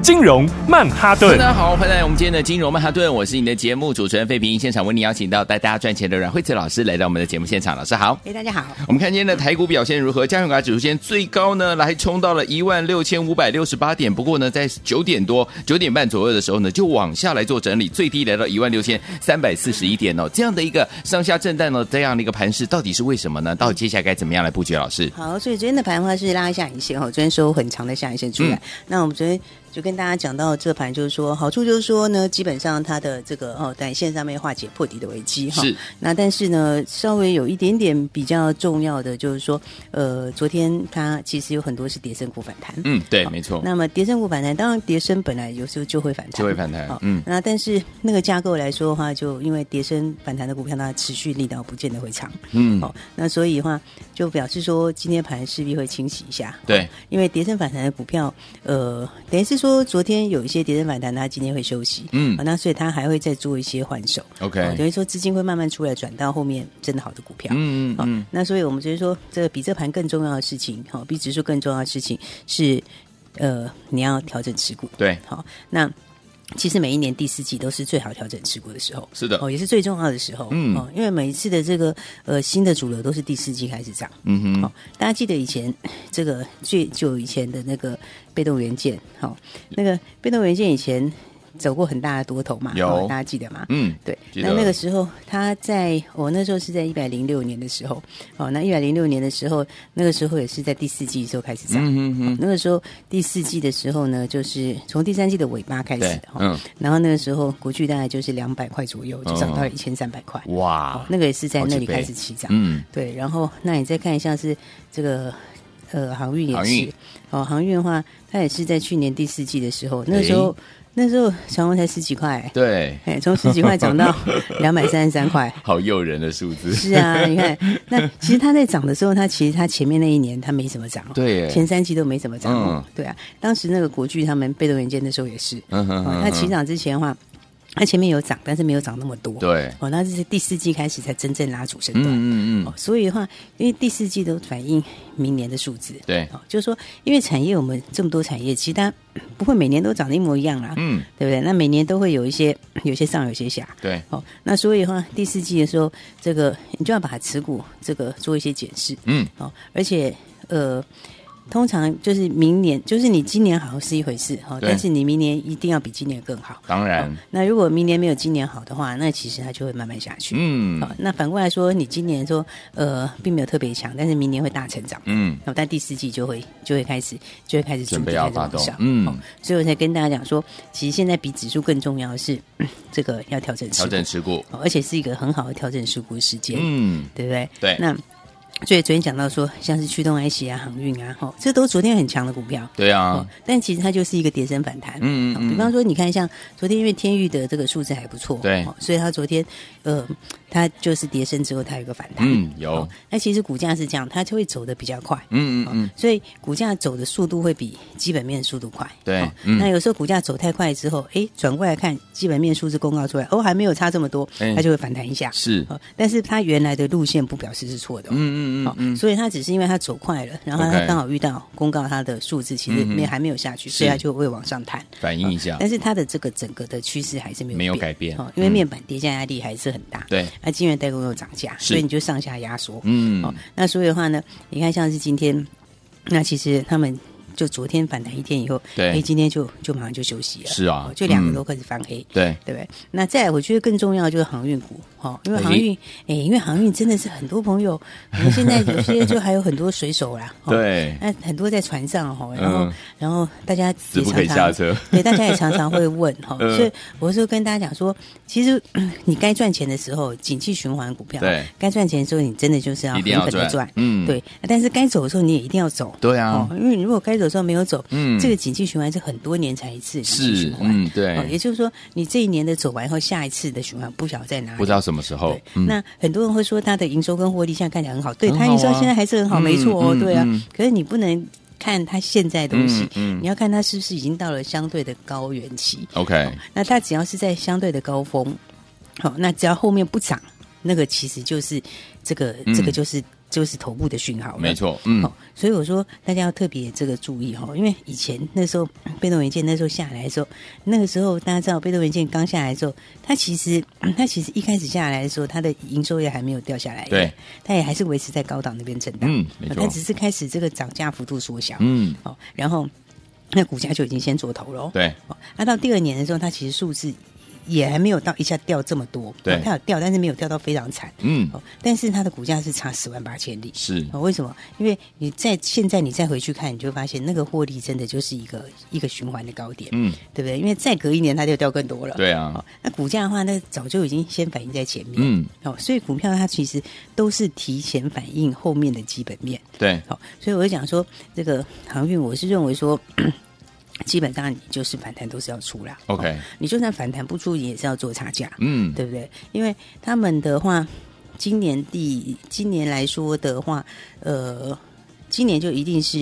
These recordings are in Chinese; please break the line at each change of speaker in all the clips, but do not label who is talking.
金融曼哈顿
大。家好，欢迎来我们今天的金融曼哈顿，我是你的节目主持人费平。现场为你邀请到带大家赚钱的阮慧慈老师来到我们的节目现场，老师好。
哎，大家好。
我们看今天的台股表现如何？加权股价指数今天最高呢，来冲到了一万六千五百六十八点。不过呢，在九点多、九点半左右的时候呢，就往下来做整理，最低来到一万六千三百四十一点哦。这样的一个上下震荡呢，这样的一个盘势，到底是为什么呢？到底接下来该怎么样来布局？老师，
好，所以昨天的盘的话是拉下影线哦，昨天收很长的下影线出来。
嗯
那我们昨天就跟大家讲到这盘，就是说好处就是说呢，基本上它的这个哦短线上面化解破底的危机哈。
是
那但是呢，稍微有一点点比较重要的就是说，呃，昨天它其实有很多是跌升股反弹。
嗯，对，没错，
那么跌升股反弹，当然跌升本来有时候就会反弹，
就会反弹
好
嗯
那但是那个架构来说的话，就因为跌升反弹的股票，它持续力道不见得会长。
嗯，
哦，那所以的话，就表示说今天盘势必会清洗一下。
对，
因为跌升反弹的股票，呃，等于是说昨天有一些跌升反弹，它今天会休息，
嗯
哦那所以它还会再做一些换手。
OK
哦等于说资金会慢慢出来转到后面真的好的股票。
嗯嗯
好
嗯，
那所以我们就是说，这个比这盘更重要的事情，好、比指数更重要的事情是，呃，你要调整持股。
对，
好、那其实每一年第四季都是最好调整持股的时候，
是的
哦，也是最重要的时候，
嗯
哦，因为每一次的这个呃新的主流都是第四季开始涨，
嗯
哦
哼，，
大家记得以前这个最久以前的那个被动元件，好、那个被动元件以前走过很大的多头嘛，
有
哦大家记得吗？
嗯，
对，
记得
那那个时候，他在我那时候是在一百零六年的时候，哦，那一百零六年的时候，那个时候也是在第四季的时候开始涨。
嗯哼哼，
那个时候第四季的时候呢，就是从第三季的尾巴开始
对，
哦
嗯
然后那个时候国巨大概就是两百块左右，就涨到一千三百块，
哦哇，
那个也是在那
好几
里
倍
开始起涨。
嗯，
对，然后那你再看一下是这个呃航运也
航
是
运
哦，航运的话，它也是在去年第四季的时候，那时候、那时候长荣才十几块，
对，
哎，从十几块涨 到两百三十三块。
好诱人的数字，
是啊，你看，那其实它在涨的时候，它其实它前面那一年它没怎么涨哦，
对耶
前三季都没怎么涨哦，
嗯
对啊，当时那个国巨他们被动元件的时候也是，
嗯哼
哦
嗯
它
哼
起涨之前的话，它前面有涨，但是没有涨那么多，
对
哦，那是第四季开始才真正拉主升段，
嗯嗯
哦
嗯，，
所以的话，因为第四季都反映明年的数字，
对
哦，就是说，因为产业我们这么多产业，其实它不会每年都长得一模一样啦，
嗯，
对不对？那每年都会有一些有些上有些下，
对，
哦，那所以的话，第四季的时候，这个你就要把持股这个做一些检视，
嗯，
哦，而且呃，通常就是明年，就是你今年好是一回事，哦，
对嗯
但是你明年一定要比今年更好。
当然
哦，那如果明年没有今年好的话，那其实它就会慢慢下去，
嗯
好，那反过来说，你今年说呃并没有特别强，但是明年会大成长。
嗯，
那但第四季就会就会开始就会开始
准
筑
备
底
要
开始
发
往
动
上
嗯
哦所以我才跟大家讲说，其实现在比指数更重要的是嗯这个要调整持
调
股
整持股，
哦而且是一个很好的调整持股的时间，
嗯，
对不对？
对
那所以昨天讲到说，像是驱动 IC 啊、航运啊，哦，这都昨天很强的股票。
对啊
哦，，但其实它就是一个跌升反弹。
嗯嗯
哦
嗯
比方说，你看像昨天，因为天域的这个数字还不错，
对
哦所以它昨天，呃，它就是跌升之后，它有一个反弹。
嗯，有
哦，那其实股价是这样，它就会走的比较快。
嗯嗯嗯，
所以股价走的速度会比基本面速度快。
对
哦
嗯
那有时候股价走太快之后，哎，转过来看基本面数字公告出来，哦，还没有差这么多，
哎
它就会反弹一下。
是，
哦，但是它原来的路线不表示是错的、哦。
嗯嗯
哦
嗯，嗯，
所以它只是因为它走快了，然后它
OK
刚好遇到公告它的数字其实没
嗯嗯
还没有下去，
是
所以它就会往上弹。哦
反应一下，
但是它的这个整个的趋势还是没有
没有
变
改变
哦，因为
嗯
面板跌价压力还是很大。
对
那晶圆代工又涨价，
是
所以你就上下压缩。
嗯
哦，那所以的话呢，你看像是今天，那其实他们就昨天反弹一天以后，
对
哎，今天就就马上就休息了，
是啊
哦就两个
嗯
都开始翻黑，
对，
对不对？那再来，我觉得更重要的就是航运股，哈，因为航运，哎、因为航运真的是很多朋友，我们现在有些就还有很多水手啦，哦哈
对
那很多在船上哈，然后、
嗯
然后大家
死
也
不
常
肯
常
下车
对，大家也常常会问哈，
嗯
所以我就跟大家讲说，其实 嗯你该赚钱的时候，景气循环股票，
对
该赚钱的时候，你真的就是要
一
狠
定要
狠的
赚
赚，
嗯
对，但是该走的时候你也一定要走，
对啊
哦，因为你如果该走的时候没有走，
嗯
这个景气循环是很多年才一次的景气
是
循，环，
嗯，
哦，也
对，
就是说，你这一年的走完以后，下一次的循环不晓得在哪里。
不知道什么时候
对，，
嗯，
那很多人会说它的营收跟获利现在看起来很好，对，
很
它
好啊
营收现在还是很好，
嗯
没错哦，
嗯
对啊
嗯。
可是你不能看它现在的东西，
嗯嗯
你要看它是不是已经到了相对的高原期。
OK，
那它只要是在相对的高峰，好，那只要后面不涨，那个其实就是这个
嗯
这个就是就是头部的讯号了，
没错，嗯
哦，所以我说大家要特别这个注意哦哈，因为以前那时候被动元件那时候下来的时候，那个时候大家知道被动元件刚下来的时候，它其实 它其实一开始下来的时候，它的营收也还没有掉下来，
对，
它也还是维持在高档那边震荡，
嗯没
哦
错
它只是开始这个涨价幅度缩小，
嗯，
哦，然后那股价就已经先做头了哦，
对，
哦，那到第二年的时候，它其实数字也还没有到一下掉这么多，
对
哦它有掉，但是没有掉到非常惨，
嗯，
哦，但是它的股价是差十万八千里，
是，
哦，为什么？因为你在现在你再回去看，你就会发现那个获利真的就是一个一个循环的高点，
嗯，
对不对？因为再隔一年它就掉更多了。
对啊
哦，那股价的话，那早就已经先反映在前面。
嗯，
哦，所以股票它其实都是提前反映后面的基本面。
对，
好、所以我就讲说，这个航运，我是认为说。 基本上你就是反弹都是要出啦
OK
哦你就算反弹不出，你也是要做差价。
嗯，
对不对？因为他们的话，今年第今年来说的话，呃，今年就一定是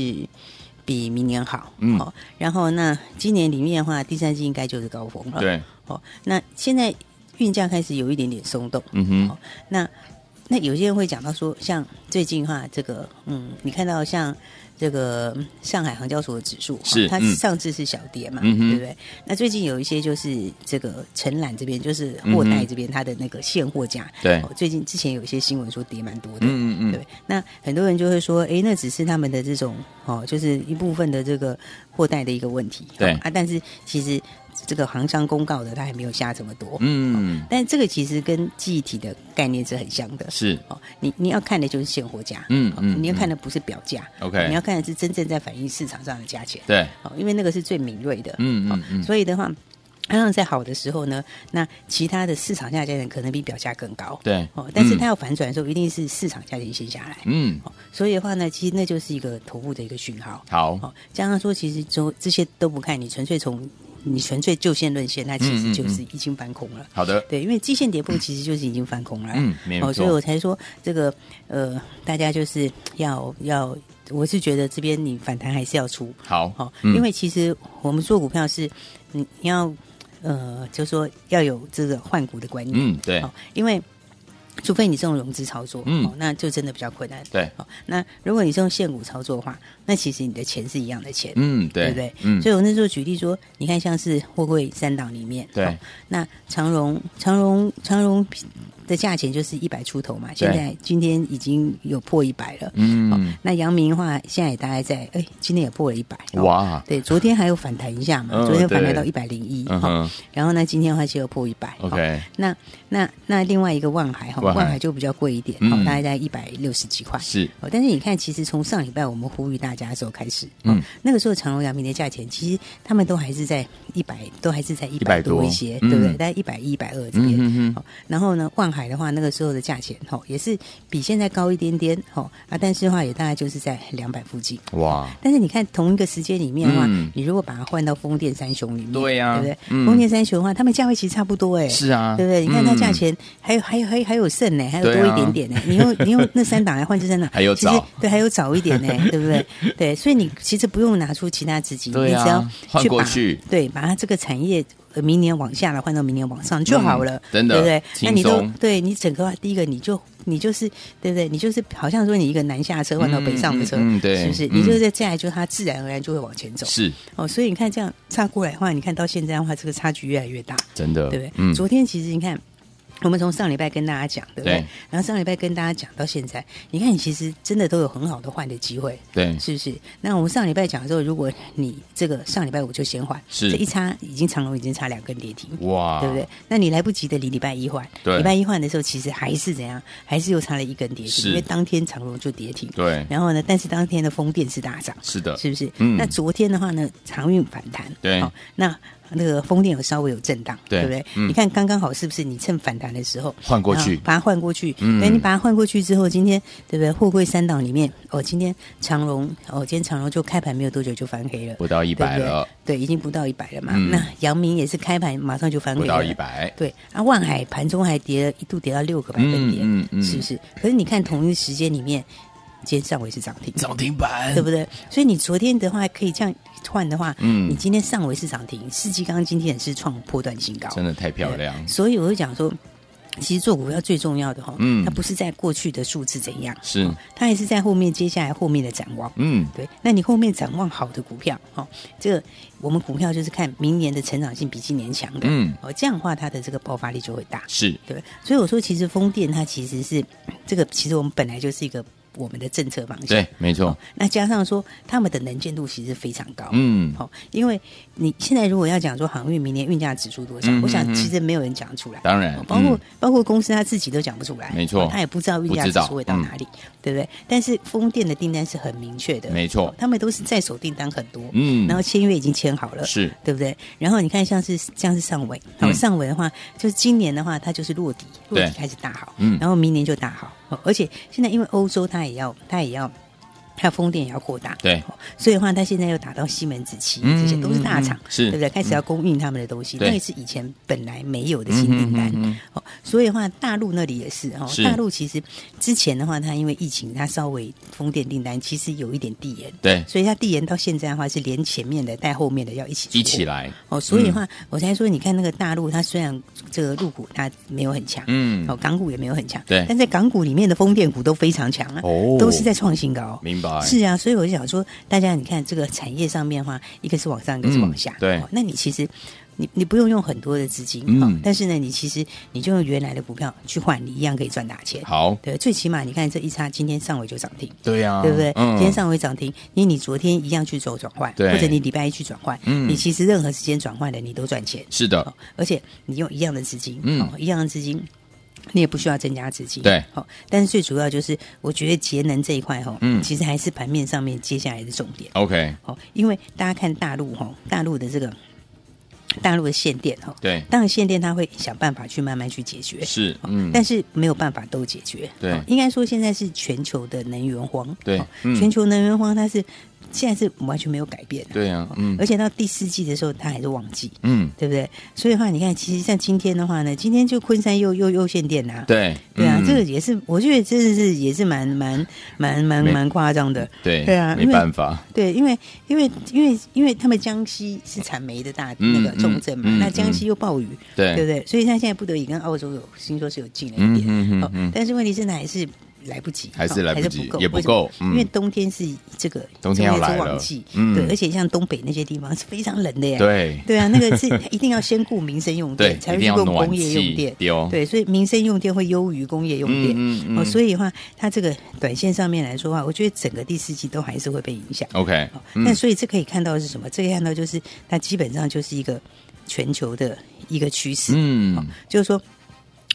比明年好，
嗯
哦。然后那今年里面的话，第三季应该就是高峰了，。
对，
哦，那现在运价开始有一点点松动，
嗯哼
好，那那有些人会讲到说，像最近的话，这个嗯，你看到像这个嗯上海航交所的指数，
是
哦它
嗯
上次是小跌嘛，
嗯哼
对不对？那最近有一些就是这个承揽这边，就是货
嗯
代
哼
这边它的那个现货价，
对
哦，最近之前有一些新闻说跌蛮多的，
嗯嗯嗯，
对，那很多人就会说，诶，那只是他们的这种哦，就是一部分的这个货代的一个问题，
对
哦啊，但是其实这个行商公告的，它还没有下这么多，
嗯，
但这个其实跟记忆体的概念是很像的。
是
哦，你你要看的就是现货价，
嗯
哦
嗯
你要看的不是表价哦
OK
你要看的是真正在反映市场上的价钱，
对，
哦，因为那个是最敏锐的，哦
嗯嗯嗯
所以的话。当然，在好的时候呢，那其他的市场价钱可能比表价更高，
对
哦，但是
嗯
它要反转的时候，一定是市场价钱先下来，
嗯，
哦，所以的话呢，其实那就是一个头部的一个讯号，
好，
哦，加上说，其实就这些都不看，你纯粹从你纯粹就线论线，那其
嗯嗯
实
嗯
就是已经翻空了，
好的，
对，因为基线跌破其实就是已经翻空了，
嗯没错
哦，所以我才说这个呃，大家就是要要，我是觉得这边你反弹还是要出，
好，
哦，
嗯
因为其实我们做股票是你你要呃，就说要有这个换股的观念，
嗯，对
哦，因为除非你这种融资操作，
嗯
哦，那就真的比较困难，
对
哦，那如果你是用现股操作的话，那其实你的钱是一样的钱，
嗯，对
对不对？
嗯，
所以我那时候举例说，你看像是货柜三档里面，
对
哦那长荣、长荣、长荣的价钱就是一百出头嘛，现在今天已经有破一百了。哦
嗯，
那阳明的话，现在也大概在，哎，今天也破了一百、哦。
哇，
对，昨天还有反弹一下嘛，
嗯
昨天反弹
对
到一百零一，
嗯哼
然后呢，今天的话就又破一百、哦
，OK，
那那那另外一个万海哈，
万海
万海就比较贵一点，
嗯
哦，大概在一百六十几块。
是，
哦，但是你看，其实从上礼拜我们呼吁大家的时候开始，哦、
嗯
那个时候长荣、阳明的价钱，其实他们都还是在一百，都还是在一
100
百
多
多一些，
嗯
对不对？大概一百一、一百二这边。
嗯哼哼
哦，然后呢，万海的话，那个时候的价钱，哦，也是比现在高一点点，哦啊，但是的话也大概就是在两百附近。
哇，
但是你看同一个时间里面的话，
嗯
你如果把它换到风电三雄里面，
对呀
对不对？
嗯
风电三雄的话，他们价位其实差不多哎，
是啊，
对不对？你看它价
嗯，
钱还有还有还有还有剩呢，还有
对
多
啊
一点点呢。你用你用那三档来换这三档，
还有
其实
早
对，还有早一点呢，对不对？ 对，所以你其实不用拿出其他资金，
对
你
啊
只要
换
去
过
把
去
对，把它这个产业。呃明年往下了，换到明年往上就好了，
嗯真的
对不对？那你
轻
都
松
对你整个话，第一个你就你就是对不对？你就是好像说你一个南下车换到北上的车，
嗯嗯嗯对
是不是？
嗯
你就是接下来就它自然而然就会往前走
是
哦。所以你看这样差过来的话，你看到现在的话，这个差距越来越大。
真的，
对不对？
嗯，
昨天其实你看。我们从上礼拜跟大家讲，对不对？
对
然后上礼拜跟大家讲到现在，你看你其实真的都有很好的换的机会，
对
是不是？那我们上礼拜讲的时候，如果你这个上礼拜五就先换，
是
这一差已经长龙已经差两根跌停，
哇，
对不对？那你来不及的，你礼拜一换，
对
礼拜一换的时候，其实还是怎样，还是又差了一根跌
是
停，因为当天长荣就跌停。
对
然后呢，但是当天的风电是大涨，
是的，
是不是？
嗯
那昨天的话呢，航运反弹，
对
好那那个风电有稍微有震荡，
对
不对？
嗯
你看刚刚好，是不是？你趁反弹的时候
换过去
然后把它换过去，
嗯
对，你把它换过去之后，今天对不对？货柜三档里面，哦，今天长荣，哦，今天长荣就开盘没有多久就翻黑了，
不到一
对
百
不对
了，
对，已经不到一百了嘛。
嗯
那阳明也是开盘马上就翻黑
不
了，
到一百，
对啊，万海盘中还跌了一度跌到六个百分点，
嗯嗯嗯
是不是？可是你看同一时间里面，今天上尾是涨停，
涨停板
对不对？所以你昨天的话可以这样换的话，
嗯
你今天上尾是涨停，世纪刚今天也是创波段新高，
真的太漂亮，
对所以我就讲说。其实做股票最重要的哈、
嗯
它不是在过去的数字怎样，
是，
它还是在后面接下来后面的展望。
嗯，
对，那你后面展望好的股票，哦，这个我们股票就是看明年的成长性比今年强的，
嗯
哦，这样的话它的这个爆发力就会大，
是，
对。所以我说，其实风电它其实是这个，其实我们本来就是一个我们的政策方向，
对，没错，
那加上说他们的能见度其实非常高，
嗯，
好、因为你现在如果要讲说航运明年运价指数多少，
嗯
我想
嗯嗯
其实没有人讲得出来，
当然
哦包括、
嗯
包括公司他自己都讲不出来，
没错
哦他也不知道运价
不知
指
道嗯
数会到哪里，对不对？但是风电的订单是很明确的，
没错
哦他们都是在手订单很多，
嗯
然后签约已经签好了，
是，
对不对？然后你看像是像是上尾，然
嗯
后上尾的话，就是今年的话，它就是落地，落
对
地开始大好，
嗯
然后明年就大好，哦而且现在因为欧洲它也要它也要。它风电也要扩大，
对
哦，所以的话，它现在又打到西门子、奇
嗯
这些都是大厂
嗯，是
对不对？开始要供应他们的东西，
对
那也是以前本来没有的新订单
嗯嗯嗯嗯，
哦。所以的话，大陆那里也是哦
是，
大陆其实之前的话，它因为疫情，它稍微风电订单其实有一点递延，
对，
所以它递延到现在的话，是连前面的带后面的要一起出
一起来，
哦，所以的话，
嗯
我才说，你看那个大陆，它虽然这个入股它没有很强，
嗯
哦，港股也没有很强，
对
但在港股里面的风电股都非常强啊，
哦
都是在创新高。
明白，
是啊，所以我就想说，大家你看这个产业上面的话，一个是往上，一个是往下。哦
嗯对
那你其实你你不用用很多的资金，
嗯
哦但是呢，你其实你就用原来的股票去换，你一样可以赚大钱。
好，
对，最起码你看这一差，今天上尾就涨停。
对呀，
对不对？
嗯
今天上回涨停，因为你昨天一样去做转换，
对
或者你礼拜一去转换，
嗯
你其实任何时间转换的你都赚钱，
是的
哦，而且你用一样的资金，
嗯
哦，一样的资金。你也不需要增加资金，
对
好、但是最主要就是，我觉得节能这一块，哈，
嗯
其实还是盘面上面接下来的重点，
，OK，
哦，因为大家看大陆，哈，大陆的这个大陆的限电，哈，
对
当然限电它会想办法去慢慢去解决，
是，
哦
嗯，
但是没有办法都解决。
对
哦应该说现在是全球的能源荒。
对
哦
嗯
全球能源荒它是现在是完全没有改变的。
对呀
哦，
嗯
而且到第四季的时候，它还是旺季，
嗯，
对不对？所以的话，你看，其实像今天的话呢，今天就昆山又又又限电啦、
对，
对啊，
嗯
这个也是，我觉得真的是也是蛮蛮蛮蛮
没
蛮夸张的。
对
对啊
没
因为
办法，
对，因为因为因为因为他们江西是产煤的大
嗯
那个重镇嘛，
嗯嗯
那江西又暴雨，
对
对不对？所以他现在不得已跟澳洲有听说是有近了
嗯
一点，
嗯嗯
哦
嗯
但是问题是呢还是。来不及，
还是
哦
来不及
够，
也不
为什么
够嗯
因为冬天是这个
冬天要
这个
来
是
了
旺季，
嗯
对，而且像东北那些地方是非常冷的呀，
对
对啊，那个是一定要先顾民生用
对
电，才
一
会
定
去
要
顾
暖
工业
气
用电，
对哦
对，所以民生用电会优于工业用电，
嗯嗯嗯
哦，所以的话，它这个短线上面来说的话，我觉得整个第四季都还是会被影响。
，OK，
好
嗯
那所以这可以看到的是什么？这可以看到就是它基本上就是一个全球的一个趋势，
嗯
好啊就是说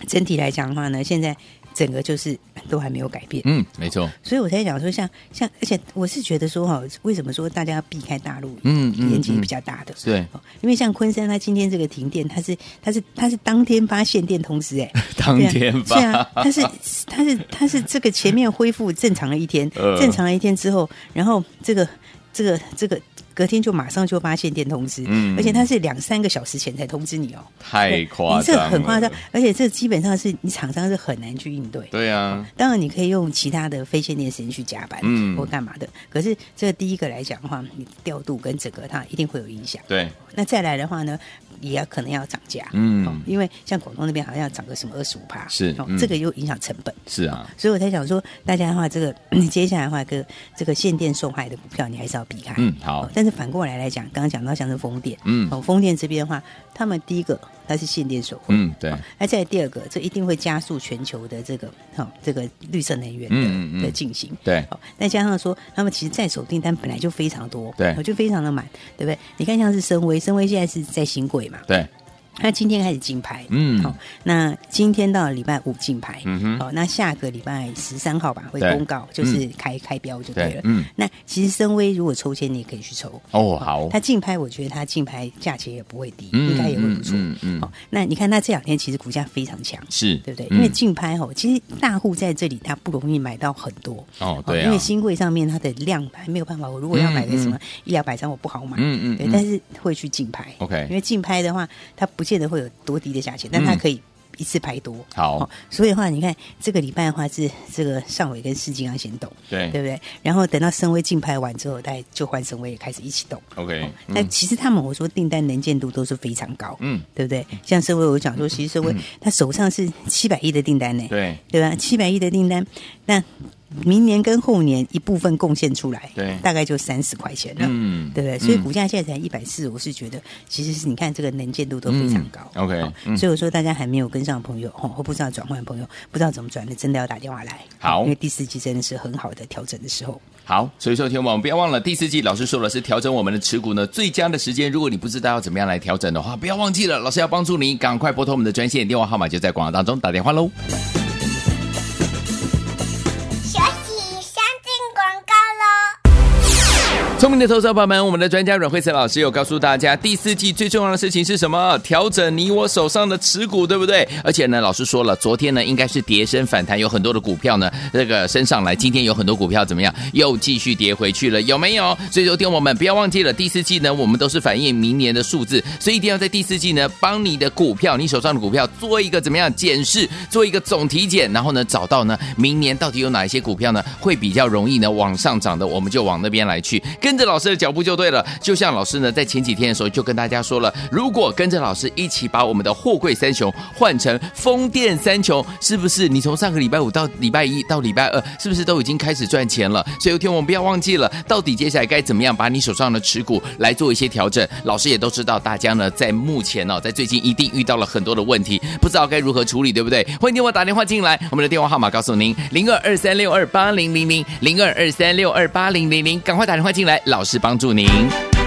整体来讲的话呢，现在整个就是都还没有改变，
嗯，没错，
所以我才讲说像像，而且我是觉得说哈，为什么说大家要避开大陆，
嗯嗯
年纪
嗯
比较大的，
对，
哦因为像昆山，它今天这个停电，它是它是它是当天发限电通知， 哎，
当天
对啊
吧，，
它是它是它是这个前面恢复正常了一天，
呃
正常了一天之后，然后这个这个这个隔天就马上就发限电通知，
嗯
而且它是两三个小时前才通知你哦，
太
对
夸
你这
张，
很夸张，，而且这基本上是你厂商是很难去应对。
对啊，
当然，你可以用其他的非限电时间去加班，
嗯
或干嘛的。可是，这第一个来讲的话，你调度跟整个它一定会有影响。
对，
那再来的话呢，也要可能要涨价，
嗯
哦，因为像广东那边好像要涨个什么二十五趴，
是
哦
嗯，
这个又影响成本，
是啊，
所以我才 想说，大家的话，这个接下来的话，个这个限电受害的股票，你还是要避开，
嗯好
哦但但是反过来来讲，刚刚讲到像是风电，
嗯
哦，风电这边的话，他们第一个它是限电手环，
嗯，对，
那再来第二个，这一定会加速全球的这个好、这个绿色能源的、
嗯嗯嗯
的进行。
对，
好，再加上说，他们其实在手订单本来就非常多，
对
哦就非常的满，对不对？你看像是深威，深威现在是在新贵嘛，
对，
他今天开始竞拍，
嗯
好、那今天到礼拜五竞拍，
嗯哼
好、那下个礼拜十三号吧会
对嗯
公告，就是开、开标就对
对
了，。
嗯，
那其实深威如果抽签，你也可以去抽。
哦，好，
他竞拍，我觉得他竞拍价钱也不会低，
嗯
应该也会不错。
嗯嗯嗯
哦，那你看他这两天其实股价非常强，
是，
对不对？
嗯
因为竞拍吼，其实大户在这里他不容易买到很多。
哦，对啊，嗯
因为新贵上面它的量还没有办法，我如果要买个什么一两百张，我不好买，
嗯嗯
对
嗯，
但是会去竞拍
OK 嗯
因为竞拍的话，它不见得会有多低的价钱，但它可以一次拍多，哦
好
所以的话，你看这个礼拜的话是这个上尾跟世金刚先动，
对
对不对？然后等到深威竞拍完之后，大概就换深威也开始一起动。
，OK，
那
嗯
其实他们我说订单能见度都是非常高，
嗯，
对不对？像社会我讲说，其实社会他手上是七百亿的订单呢，
对
对吧？七百亿的订单，那明年跟后年一部分贡献出来，
对
大概就三十块钱了，
嗯
对不对？所以
嗯
股价现在才一百四，我是觉得其实是你看这个能见度都非常高。
嗯，OK，
好
嗯
所以我说大家还没有跟上的朋友，哦，或不知道转换的朋友，不知道怎么转的，真的要打电话来，
好
因为第四季真的是很好的调整的时候。
好，所以说，听我们不要忘了，第四季老师说了是调整我们的持股呢最佳的时间。如果你不知道要怎么样来调整的话，不要忘记了，老师要帮助你，赶快拨通我们的专线电话号码，就在广告当中打电话喽。
学习先进广告喽。
聪明的投资者朋友们，我们的专家阮慧慈老师有告诉大家，第四季最重要的事情是什么？调整你我手上的持股，对不对？而且呢，老师说了，昨天呢应该是跌升反弹，有很多的股票呢这个升上来，今天有很多股票怎么样又继续跌回去了，有没有？所以说，听我们不要忘记了，第四季呢我们都是反映明年的数字，所以一定要在第四季呢帮你的股票，你手上的股票做一个怎么样检视，做一个总体检，然后呢找到呢明年到底有哪一些股票呢会比较容易呢往上涨的，我们就往那边来去，跟着老师的脚步就对了。就像老师呢在前几天的时候就跟大家说了，如果跟着老师一起把我们的货柜三雄换成风电三雄，是不是你从上个礼拜五到礼拜一到礼拜二，是不是都已经开始赚钱了？所以有天我们不要忘记了，到底接下来该怎么样把你手上的持股来做一些调整。老师也都知道，大家呢在目前哦，在最近一定遇到了很多的问题，不知道该如何处理，对不对？欢迎电话打电话进来，我们的电话号码告诉您：零二二三六二八零零零零二二三六二八零零零，赶快打电话进来，老师帮助您。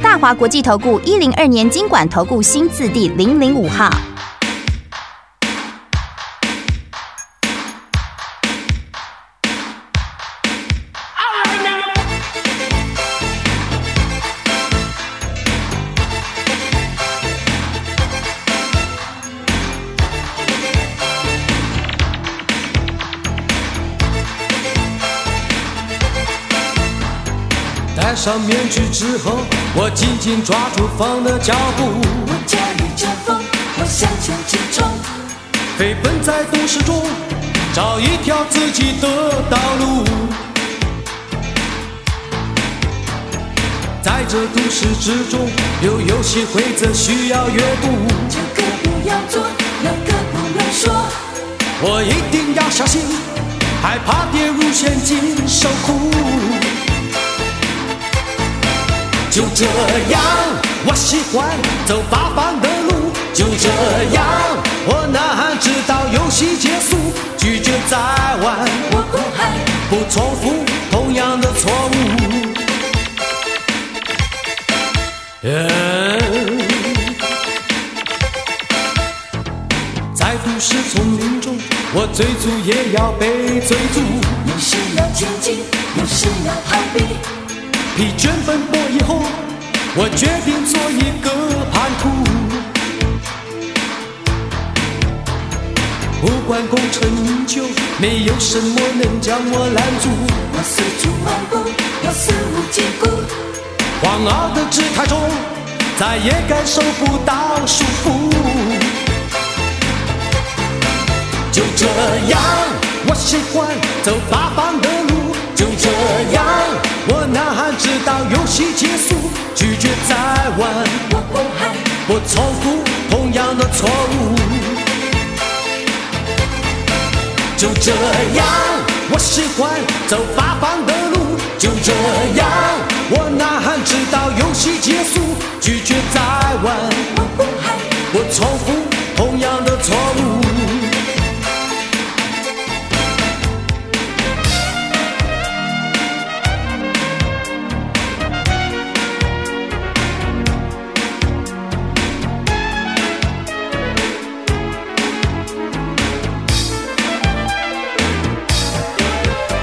大华国际投顾一零二年经管投顾新字第零零五号。
戴上面具之后，我紧紧抓住风的脚步，
我驾驭着风，我向前直冲。
飞奔在都市中，找一条自己的道路。在这都市之中，有游戏规则需要阅读，
这个不要做，那个不要说，说，
我一定要小心，害怕跌入陷阱受苦。就这样，我喜欢走八方的路。就这样，我呐喊直到游戏结束，拒绝再玩，
我不喊，
不重复同样的错误。嗯在都市丛林中，我追逐也要被追逐，
有时要前进，有时要逃避，
疲倦奔波以后，我决定做一个叛徒。不管功成名就，没有什么能将我拦住。
我四处漫步，又肆无忌顾，
狂傲的姿态中，再也感受不到束缚。就这样，我喜欢走八方的路。就这样，我呐喊直到游戏结束，拒绝再玩，
我不喊，
我重复同样的错误。就这样，我喜欢走八方的路。就这样，我呐喊直到游戏结束，拒绝再玩，
我不喊，
我重复同样的错误。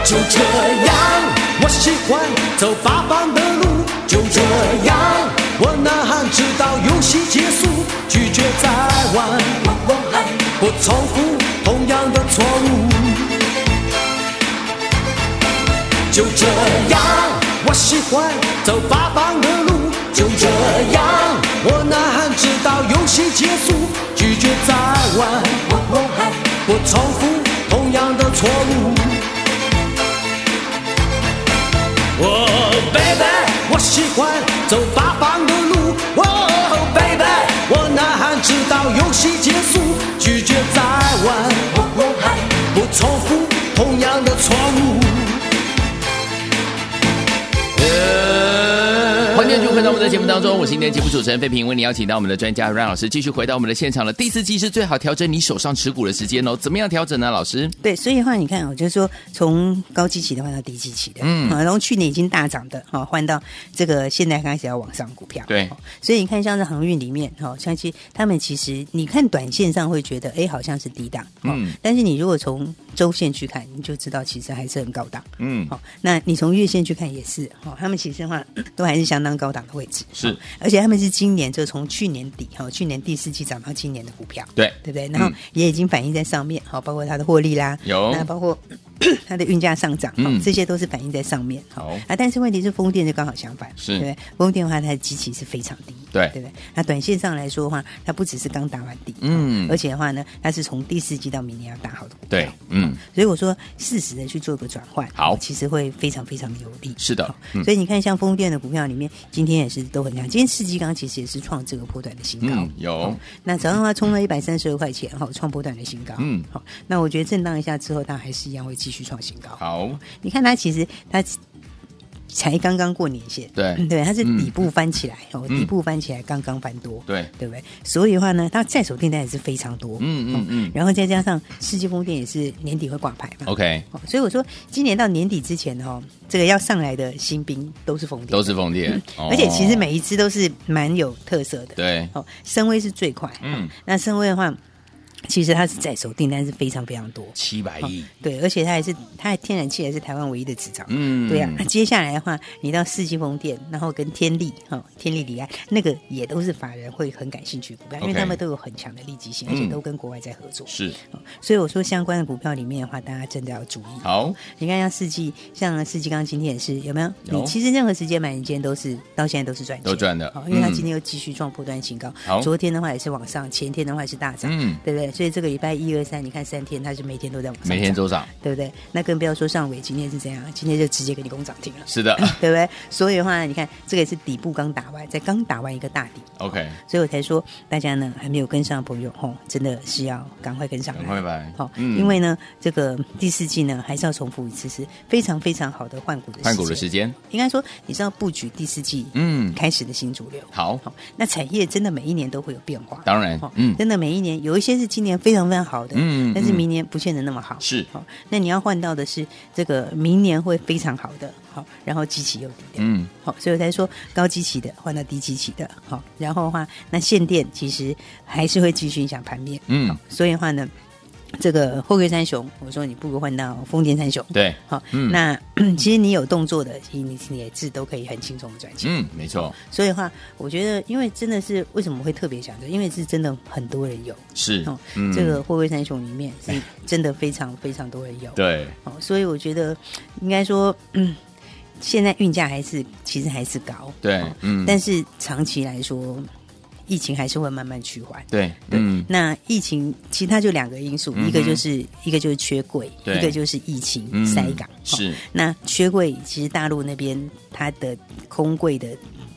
就这样，我喜欢走八方的路。就这样，我呐喊直到游戏结束，拒绝再玩，
我不喊，
我重复同样的错误。就这样，我喜欢走八方的路。就这样，我呐喊直到游戏结束，拒绝再玩，
我不喊，
我重复同样的错误。哦，baby，我喜欢走八方的路。哦，baby，我呐喊直到游戏结束，拒绝再玩，哦
我不喊，
不重复同样的错误。
欢迎继续回到我们的节目当中，我是今天的节目主持人费平，为你邀请到我们的专家阮老师继续回到我们的现场了。第四季是最好调整你手上持股的时间哦，怎么样调整呢？老师，
对，所以的话，你看，我哦就说从高基期的换到低基期的，
嗯
嗯，然后去年已经大涨的，哈，换到这个现在开始要往上股票，
对
哦所以你看像是航运里面，哈，像其实他们其实你看短线上会觉得，哎，好像是低档，
嗯
嗯，但是你如果从周线去看，你就知道其实还是很高档，
嗯，
好，那你从月线去看也是，哦，他们其实的话都还是相当高档的位置，
是
哦，而且他们是今年就从去年底，哈，去年第四季涨到今年的股票，
对
对不对？然后
嗯
也已经反映在上面，好，包括它的获利啦，
有
那包括 它的运价上涨，
嗯
嗯，这些都是反映在上面，
好
啊，但是问题是风电就刚好相反，
是
对不对，风电的话它的基期是非常低，
对
对不对？那短线上来说的话，它不只是刚打完底，
嗯
嗯，而且的话呢，它是从第四季到明年要打好的股票，
对，嗯，
所以我说适时的去做个转换，
好
其实会非常非常的有利。
是的
好
嗯
所以你看像风电的股票里面，今天也是都很强，今天世纪钢其实也是创这个波段的新高，
嗯有
好那早上的话冲了一百三十二块钱，哈，创波段的新高，
嗯
好，那我觉得震荡一下之后，它还是一样会继续创新高。
好，
你看它其实它才刚刚过年线，
对
嗯对，它是
嗯
底部翻起来，哦，
嗯
底部翻起来刚刚翻多，
对
对不对？所以的话呢，它在手订单也是非常多，哦
嗯嗯嗯
然后再加上世界风电也是年底会挂牌嘛
，OK，
哦，所以我说今年到年底之前哦，这个要上来的新兵都是风电，
都是风电，哦
嗯而且其实每一只都是蛮有特色的。
对
哦，深威是最快，
嗯
嗯，那深威的话，其实它是在手订单是非常非常多，
七百亿，
对，而且它还是它的天然气还是台湾唯一的执照，
嗯
对啊。那接下来的话，你到世纪风电，然后跟天利哈、哦、天利里安那个也都是法人会很感兴趣的股票，因为
OK
他们都有很强的利基性，而且
嗯
都跟国外在合作，
是
哦所以我说相关的股票里面的话，大家真的要注意。
好，
你看像世纪，像世纪刚今天也是有没有？
有
你其实任何时间买，你今天都是到现在都是赚钱，
都赚的
哦因为它
嗯
今天又继续创破断新高
好，
昨天的话也是往上，前天的话也是大涨，
嗯
对不对？对，所以这个礼拜一二三，你看三天，它是每天都在往上
每天
涨
都涨，
对不对？那更不要说上尾，今天是怎样？今天就直接给你攻涨停了，
是的
对不对？所以的话，你看这个也是底部刚打完，在刚打完一个大底，
，OK，
所以我才说大家呢还没有跟上的朋友，吼，真的是要赶快跟上来，
赶快来
好、
嗯
因为呢这个第四季呢还是要重复一次，是非常非常好的换股的
换股的时
间。
间，
应该说你是要布局第四季，
嗯
开始的新主流。
好，
好，那产业真的每一年都会有变化，
当然
好，
嗯，
真的每一年有一些是今年非常非常好的，
嗯嗯
但是明年不见得那么好，
是
好，那你要换到的是这个明年会非常好的，好，然后基期又低的，
嗯，
好，所以我才说高基期的换到低基期的，好，然后的话，那限电其实还是会继续影响盘面，
嗯
好，所以的话呢，这个后贵三雄，我说你不如换到丰田三雄，
对，
好，
嗯
那 其实你有动作的，其实你你也是都可以很轻松的赚钱。
嗯，没错，
所以的话，我觉得，因为真的是为什么会特别讲这，因为是真的很多人有
是
哦，，
嗯，
这个《货柜三雄》里面是真的非常非常多人有，
对，
哦，所以我觉得应该说，嗯，现在运价还是其实还是高，
对
哦
嗯
但是长期来说，疫情还是会慢慢趋缓，
对，
对，
嗯，
那疫情其实它就两个因素，
嗯哼
一个就是一个就是缺柜，
对
一个就是疫情
嗯
塞港。
是
哦那缺柜，其实大陆那边它的空柜的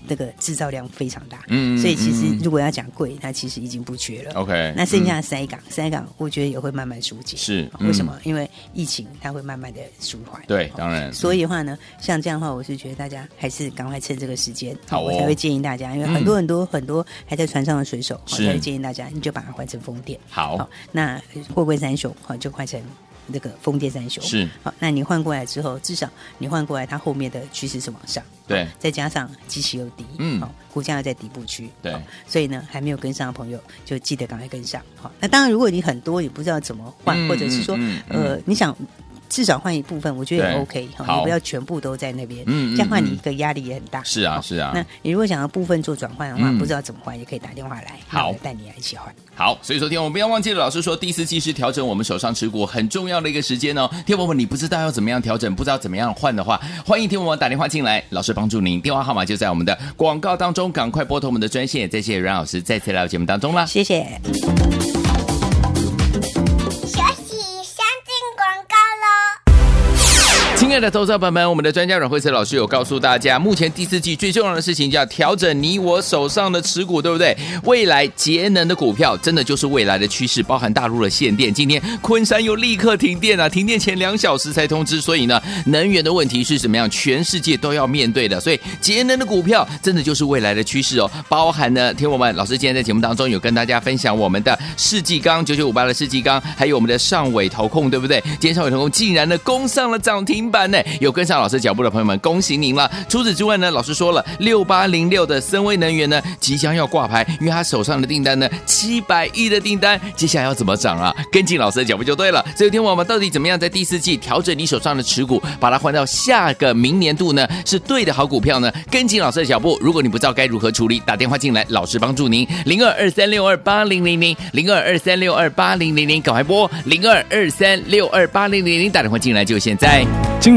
那个制造量非常大，
嗯嗯
所以其实
嗯嗯
如果要讲柜，它其实已经不缺了。
OK，嗯
那剩下塞港，塞港我觉得也会慢慢疏解。
哎是
哦
嗯
为什么？因为疫情它会慢慢的舒缓。
对
哦
当然
所以的话呢，像这样的话，我是觉得大家还是赶快趁这个时间，
好哦嗯
我才会建议大家，因为很多很多很多还在船上的水手，哦
是
才会建议大家，你就把它换成风电。
好，
那货柜三雄好就换成那个风电三雄
是
好，那你换过来之后，至少你换过来，它后面的趋势是往上，
对
好再加上基期又低，
嗯
好，股价又在底部区，
对
好，所以呢，还没有跟上的朋友就记得赶快跟上，好，那当然如果你很多也不知道怎么换，
嗯
或者是说、
嗯嗯
呃你想。至少换一部分，我觉得也
对
OK 哈，
好
你不要全部都在那边，
嗯嗯
这样换
嗯
你一个压力也很大。
是啊
好
是啊
那你如果想要部分做转换的话，
嗯
不知道怎么换，也可以打电话来，
好
那我带你来一起换。
好，所以昨天我们不要忘记了，老师说第四季是调整我们手上持股很重要的一个时间哦。天宝们，你不知道要怎么样调整，不知道怎么样换的话，欢迎天宝们打电话进来，老师帮助您。电话号码就在我们的广告当中，赶快拨通我们的专线。也再谢谢阮老师再次来到节目当中啦。
谢谢。
学习先进广告喽。
亲爱的投资者朋友们，我们的专家阮慧慈老师有告诉大家，目前第四季最重要的事情叫调整你我手上的持股，对不对？未来节能的股票真的就是未来的趋势，包含大陆的限电，今天昆山又立刻停电啊，停电前两小时才通知，所以呢，能源的问题是怎么样，全世界都要面对的，所以节能的股票真的就是未来的趋势哦，包含呢，听我们老师今天在节目当中有跟大家分享我们的世纪钢九九五八的世纪钢，还有我们的上尾投控，对不对？今天上尾投控竟然呢攻上了涨停板呢，有跟上老师脚步的朋友们，恭喜您了。除此之外呢，老师说了，六八零六的森威能源呢即将要挂牌，因为他手上的订单呢七百亿的订单，接下来要怎么涨啊？跟进老师的脚步就对了。所以，天王们到底怎么样在第四季调整你手上的持股，把它换到下个明年度呢？是对的好股票呢？跟紧老师的脚步。如果你不知道该如何处理，打电话进来，老师帮助您。零二二三六二八零零零，零二二三六二八零零零，赶快拨零二二三六二八零零零，打电话进来就现在。
金